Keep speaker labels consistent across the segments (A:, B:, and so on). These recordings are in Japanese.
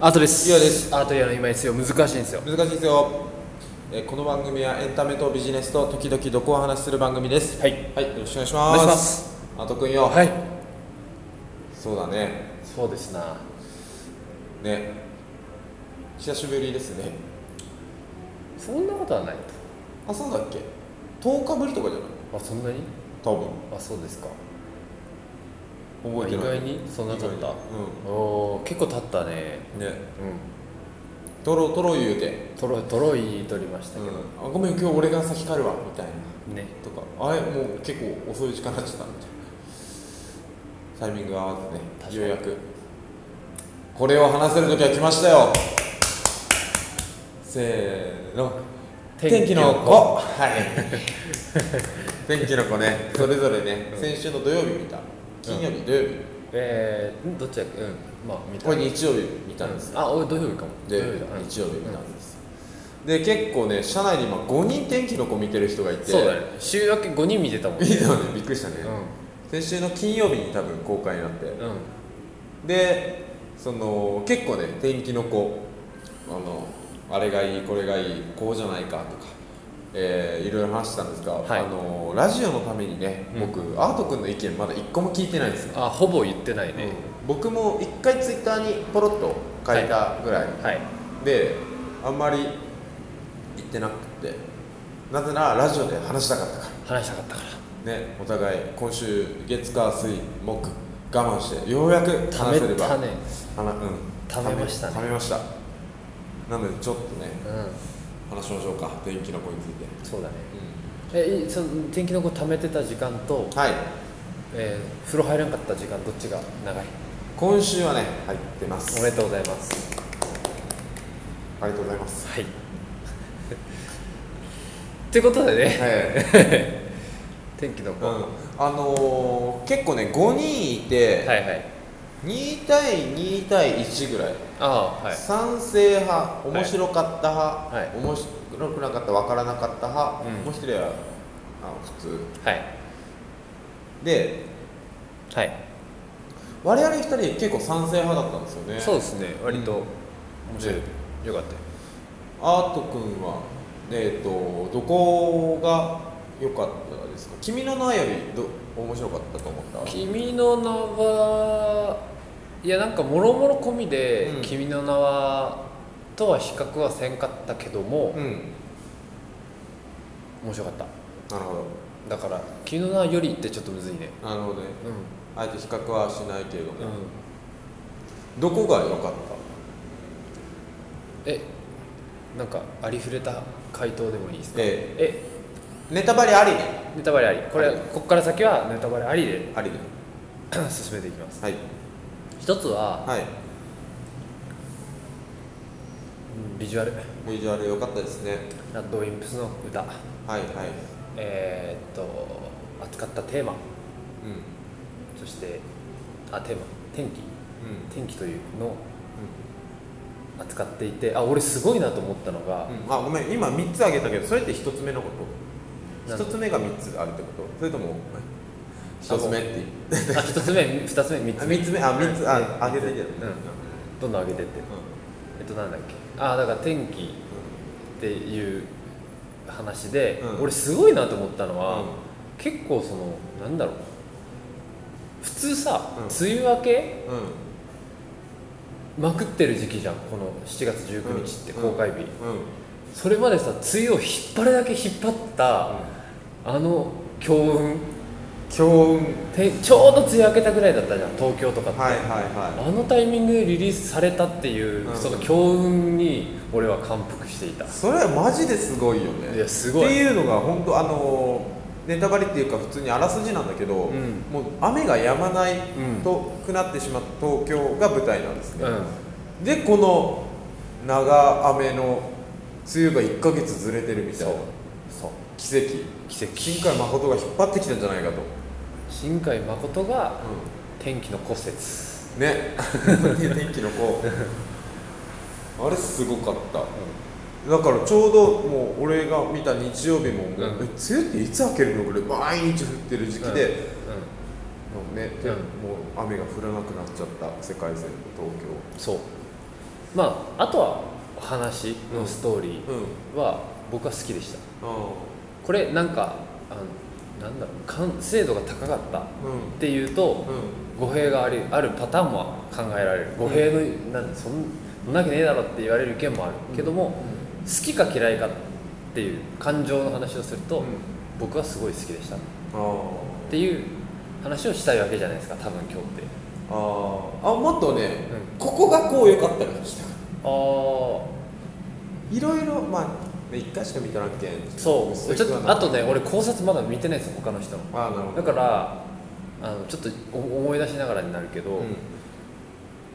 A: アートです
B: イオです
A: アートイオの今ですよ難しいんですよ
B: 難しいですよ、えーこの番組はエンタメとビジネスと時々どこをお話しする番組です
A: はい
B: よろしくお願いし
A: お
B: ま
A: 願
B: す
A: いします
B: あとくんよ、
A: はい
B: そうだね
A: そうですな
B: ね久しぶりですね
A: そんなことはない
B: あそうだっけ10日ぶりとかじゃない
A: あそんなに
B: 多
A: あそうですか
B: 分覚えてない
A: 意外にそんな経った
B: 意外
A: おー結構経ったね
B: にうんね
A: う
B: トロトロ言うて、
A: んとろとろい撮りました
B: う
A: けど、
B: ん、あごめん今日俺が先帰るわみたいな
A: ね
B: とかあれもう結構遅い時間になっちゃったみたいなタイミングが合わ
A: 確
B: ず
A: か
B: ね
A: に
B: ようやくこれを話せる時は来ましたよせーの天気の子はい 天気の子ねそれぞれね先週の土曜日見た金曜日、土曜日
A: えー、んどっちだっけうんまあ見た
B: これ日曜日見たんです、
A: あ俺土曜日かも
B: で
A: 土曜日だうん
B: 日曜日見たんです、で結構ね社内に今5人天気の子見てる人がいて
A: そうだね週明け5人見てたもん
B: 見
A: ね
B: たのねびっくりしたね、
A: う
B: 先週の金曜日に多分公開になって、
A: んうん
B: でその結構ね天気の子あのあれがいいこれがいいこうじゃないかとか、えーいろいろ話してたんですが、
A: はい
B: あのラジオのためにね僕、アート君の意見まだ一個も聞いてないんですよ、
A: あほぼ言ってないね、
B: 僕も一回ツイッターにポロッと書いたぐらい
A: はい
B: であんまり言ってなくてなぜならラジオで話したかったから
A: 話したかったから
B: ね、お互い今週月火水木我慢してようやく
A: た
B: 話
A: め
B: せれば
A: たね
B: はなうん
A: ためましたね
B: ためましたなのでちょっとね
A: う
B: 話しましょうか電気の子について、
A: んそうだねえいその天気の子貯めてた時間と、
B: はい
A: えー風呂入らなかった時間どっちが長い
B: 今週はね入ってま
A: お
B: す
A: めでとうございます
B: ありがとうございます
A: はい ってことでね、
B: はい、
A: 天気の子、
B: う
A: は
B: ん、あのー、結構ね5人いて、
A: いはい
B: 2対2対1ぐらい、
A: ああはい
B: 賛成派面白かった派、
A: はい
B: 面白くなかった分からなかった派、
A: うん
B: もう一人はあの普通
A: はい
B: で
A: はい、
B: 我々二人結構賛成派だったんですよね
A: そうですね割と
B: うん
A: 面白い、
B: ね
A: よかったよ
B: アート君はえっ、とどこが良かったですか君の名よりど面白かったと思った
A: 君の名はいやなんかもろもろ込みで、
B: うん
A: 君の名はとは比較はせんかったけども、
B: うん
A: 面白かった
B: なるほ
A: だ
B: ど
A: から君の名はよりってちょっとむずいね
B: なるほどね
A: う
B: あえて比較はしないけれども、
A: ん、
B: どこが良かっ
A: えなんかありふれた回答でもいいです
B: た
A: か
B: え
A: え
B: えネタバレありね
A: ネタバレありこれ
B: あり
A: こっから先はネタバレありで
B: ありね
A: 進めていきます
B: はい
A: 一つは
B: はい
A: うんビジュアル
B: ビジュアル良かったですね
A: ラッドウィンプスの歌
B: はいはい
A: えー、っと扱ったテーマ
B: うんうん
A: そしてあテーマ天気天気というのを扱っていてあ俺すごいなと思ったの が、
B: うん、うん、あごめん今3つあげたけどそれって1つ目のこ
A: な
B: と
A: んだ
B: 1つ目が3つあるってことそれとも1つ目って言う
A: あ一つ目二つ目三
B: あ
A: つ目
B: 3つ目あ三つああげていける
A: うんどんどん上げてってえっとなんだっけあだから天気っていう話で、
B: うん
A: 俺すごいなと思ったのは、
B: うん
A: 結構そのなんだろう普通さ、
B: うん
A: 梅雨明け
B: うんうん
A: まくってる時期じゃんこの7月19日って
B: うん
A: 公開日、
B: うん
A: それまでさ梅雨を引っ張るだけ引っ張った、あの強運
B: 強運
A: てちょうど梅雨明けたぐらいだったじゃん東京とかって、
B: はいはいは
A: あのタイミングでリリースされたっていう、
B: うん
A: その強運に俺は感服していた
B: いそれはマジですごいよね
A: いやすごい
B: っていうのが本当あのーネタバレっていうか普通にあらすじなんだけど、
A: ん
B: もう雨が止まない
A: うん
B: とくなってしまった東京が舞台なんですね、
A: うん
B: でこの長雨の梅雨が1ヶ月ずれてるみたい
A: そう
B: な奇跡
A: 奇跡
B: 新海誠が引っ張ってきたんじゃないかと、
A: 新海誠が天気の骨折す
B: ね天気の子 あれすごかった、だからちょうどもう俺が見た日曜
A: ん
B: 日も、え梅雨っていつ明けるのこれ毎日降ってる時期で、
A: うん
B: もうね、
A: うん
B: もう雨が降らなくなっちゃった世界線の東京
A: そうまああとはお話のストーリ
B: う
A: ー
B: ん
A: は僕は好きでした
B: あ
A: これなんかあのなんだろう完成度が高かったっ
B: あうん
A: ていうと
B: う
A: 語弊がありあるパターンも考えられる語弊の、なんそんそんなわけねえだろって言われる意見もあるけども、好きか嫌いかっていう感情の話をすると、
B: ん
A: 僕はすごい好きでしたっ
B: あー
A: ていう話をしたいわけじゃないですか多分今日って
B: あーあもっとね、
A: う
B: ここがこう良かったら聞きたかっ
A: ああ
B: たいろいろまあね一回しか見たなくて
A: そうちょっとあとね俺考察まだ見てないです他の人の
B: ああなるほど
A: だからあのちょっとお思い出しながらになるけど、
B: うん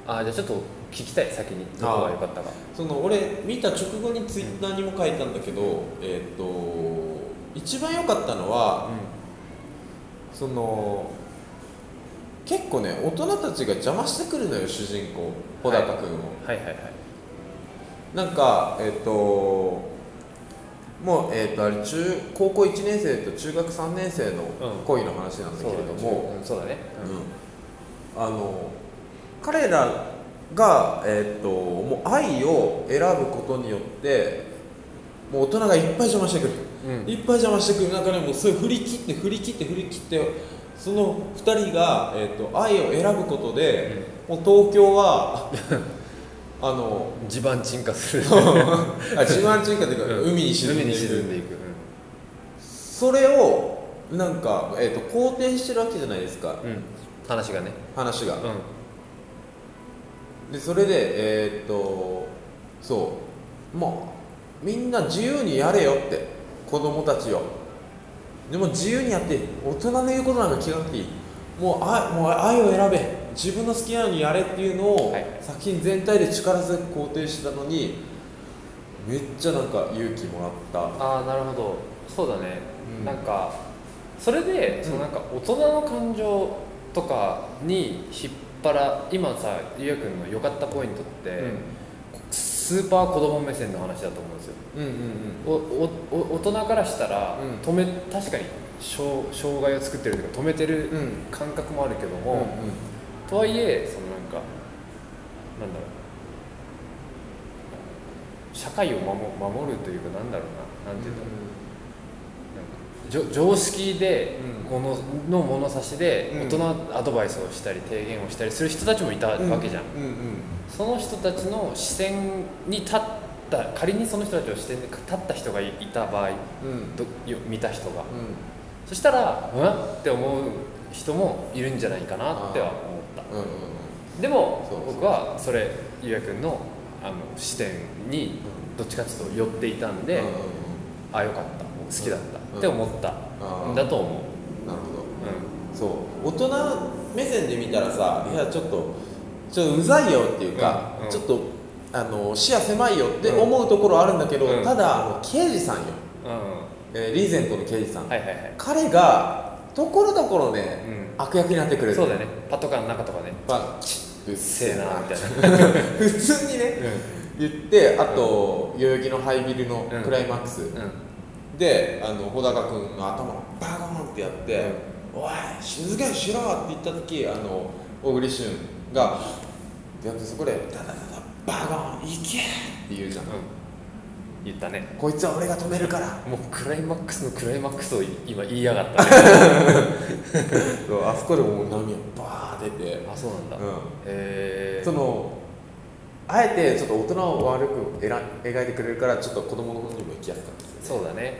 A: あーじゃあちょっと聞きたい先にどこが良かったか
B: その俺見た直後にツイッターにも書いたんだけど、えーっと一番良かったのは、その結構ね大人たちが邪魔してくるのよ主人公小
A: う
B: 高君を、
A: んはいはいはい
B: なんかえーっともうえーっとあれ中高校1年生と中学3年生の
A: うん
B: 恋の話なんだけれども、
A: うんそうだね、
B: あの彼らが、えーっともう愛を選ぶことによってもう大人がいっぱい邪魔してくる、
A: うん
B: いっぱい邪魔してくる中でもうそれ振り切って振り切って振り切ってその2人が、えーっと愛を選ぶことで、もう東京 はあの
A: 地盤沈下する
B: あ自慢中華というか、海に沈んでいく
A: 海に沈んでいく、
B: それをなんか、えーっと肯定してるわけじゃないですか
A: うんうん話がね
B: 話が
A: う。ん
B: でそれでえーっとそうまあみんな自由にやれよって子供たちをでも自由にやって大人の言うことなんか聞かなくていいもう愛もう愛を選べ自分の好きなようにやれっていうのを、
A: はい
B: 作品全体で力強く肯定してたのにめっちゃなんか勇気もらった
A: ああなるほどそうだね、
B: うん
A: なんかそれで、そのなんか大人の感情とかに引っ張ら今さゆうやくんの良かったポイントって、スーパー子供目線の話だと思うんですよ
B: うんうん
A: おおお大人からしたら、
B: うん
A: 止め確かに障障害を作ってるというか止めてる
B: うんうん
A: 感覚もあるけど
B: うん
A: も、とはいえそのなんかなんだろう社会を守守るというかなんだろうななんていうの、じょ常識で
B: うん
A: ものの物差しで
B: うん
A: 大人アドバイスをしたり提言をしたりする人たちもいたわけじゃん、
B: うん
A: その人たちの視線に立った仮にその人たちの視点に立った人がいいた場合
B: うんうんうん
A: どよ見た人が
B: うん
A: そしたらうんって思う人もいるんじゃないかなっては思っ
B: うんうん
A: たでも
B: そうそう
A: 僕はそれゆうやくんのあの視点にどっちかっていうと寄っていたんで、
B: うんうん
A: あよかった好きだった、
B: う
A: っ
B: ん
A: て思った、
B: あー
A: だと思う
B: なるほ
A: う
B: どそう大人目線で見たらさいやちょっとちょっとうざいよっていうか、
A: うんうん
B: ちょっとあの視野狭いよって思うところあるんだけど、
A: うん
B: ただあの刑事さんよ、
A: ん、うん、
B: えーリーゼントの刑事さん、
A: はいはいはい、
B: 彼がところどころね、悪役になって
A: う
B: くれる
A: ん、そうだよねパトカーの中とかね
B: まあチッうっ
A: せえなみたいな、
B: 普通にね言ってあと、代々木のハイビルのクライマックス、
A: うん、
B: であの穂高君の頭をバコーンってやって「おい静かにしろ!」って言った時あの小栗旬がやってそこで「ダダダダバコーン行け!」って言うじゃん、
A: 言ったね
B: こいつは俺が止めるから
A: もうクライマックスのクライマックスを今言いやがった、ね、
B: そうあそこでもう波がバー出て、
A: あそうなんだ、へ
B: う
A: え
B: ん、そのあえてちょっと大人を悪くえら描いてくれるからちょっと子供の方にも行きやすかったです
A: そうだね
B: ね、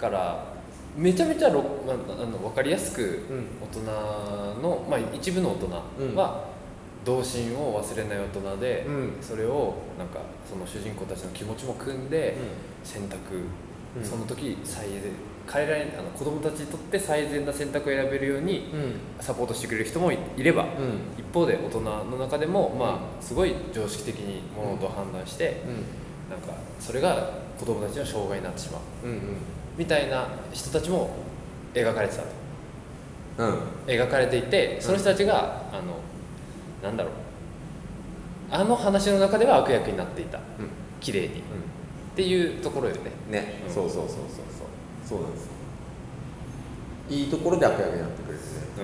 A: だからめちゃめちゃろなんだなんだ分かりやすく
B: うん
A: 大人の、まあ、一部の大人は童心を忘れない大人で、
B: うん
A: それをなんかその主人公たちの気持ちも組んで、選択、
B: うん
A: その時最善彼らにあの子供たちにとって最善な選択を選べるように
B: うん
A: サポートしてくれる人もいいれば、
B: うん
A: 一方で大人の中でも、まあ、すごい常識的に物事を判断して、なんかそれが子供たちの障害になってしまう
B: うんうん
A: みたいな人たちも描かれてたと
B: うんうん
A: 描かれていてその人たちが、あのなんだろうあの話の中では悪役になっていた綺麗にっ
B: うん
A: ていうところよね
B: ね、
A: うん
B: そうそうそうそうそうそうなんですよいいところで悪役になってくれるね
A: う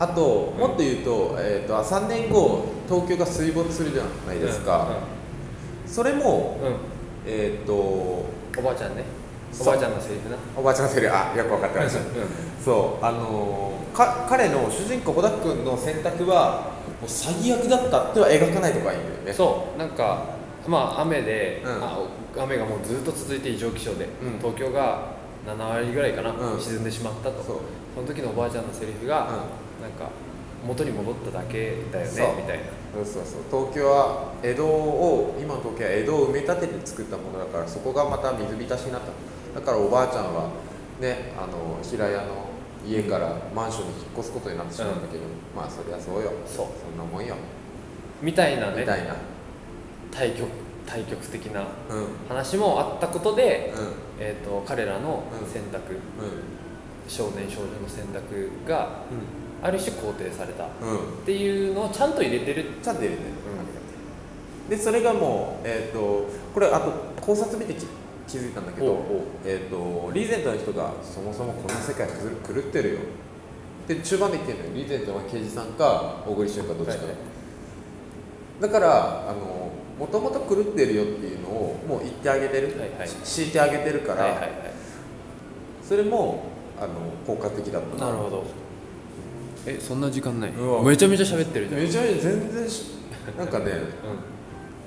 B: ああともっと言うと,、えー、と3年後東京が水没するじゃないですか、それも、
A: うん、うん
B: えー、と
A: おばあちゃんね
B: そ
A: お
B: う
A: ばあちゃんのセリフな
B: おばあちゃんのセリフあよく分かってました そうあのーか彼の主人公小田君の選択はもう最悪だったっては描かないとかいいんだよね
A: そうなんかまあ雨で、
B: うん
A: あ雨がもうずっと続いて異常気象で、
B: ん
A: 東京が7割ぐらいかな、
B: うん
A: 沈んでしまったと
B: そう
A: その時のおばあちゃんのセリフが、
B: うん
A: なんか元に戻っただけだよ
B: そう
A: ねみたいな
B: そうそうそう東京は江戸を今の東京は江戸を埋め立てて作ったものだからそこがまた水浸しになっただからおばあちゃんはねあの平屋の家からマンションに引っ越すことになってしまうんだけど、まあそりゃそうよ
A: そう
B: そんなもんよ
A: みたいな
B: み
A: ね
B: たいな
A: 対局対局的な
B: うんうん
A: 話もあったことで、
B: うん
A: えー、と彼らの
B: うん
A: 選択、少年少女の選択がある種肯定されたっ
B: うんうん
A: ていうのをちゃんと入れてる
B: ちゃんと入れてる、でそれがもうえっ、とこれあと考察見てき気づいたんだけ
A: おう
B: ど
A: おう
B: えっ、とリーゼントの人がそもそもこの世界狂狂ってるよで中盤で言ってるのよリーゼントは刑事さんか小栗旬かどっちか、
A: はいはい
B: だからあのもともと狂ってるよっていうのをもう言ってあげてる、
A: はいはい
B: し敷いてあげてるから、
A: はいはいは
B: それもあの効果的だった
A: いなるほどえそんな時間ないう
B: わ
A: めちゃめちゃ喋ってるじゃん
B: めちゃめちゃ全然しなんかね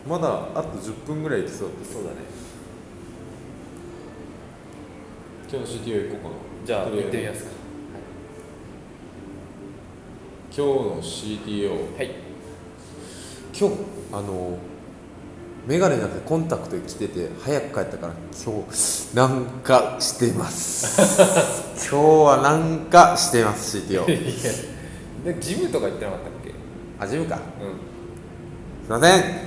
B: まだあと10分ぐらいいきそうだっ
A: う
B: た
A: んそうだね
B: 今日の CTO 行こうかな
A: じゃあ
B: とり
A: 行っ
B: えず
A: てみますか
B: 今日の CTO
A: はい
B: 今日あの眼鏡なんてコンタクト着てて早く帰ったから今日なんかしてます 今日はなんかしてます CTO
A: でジムとか行ってなかったっけ
B: あジムか
A: うん
B: すいません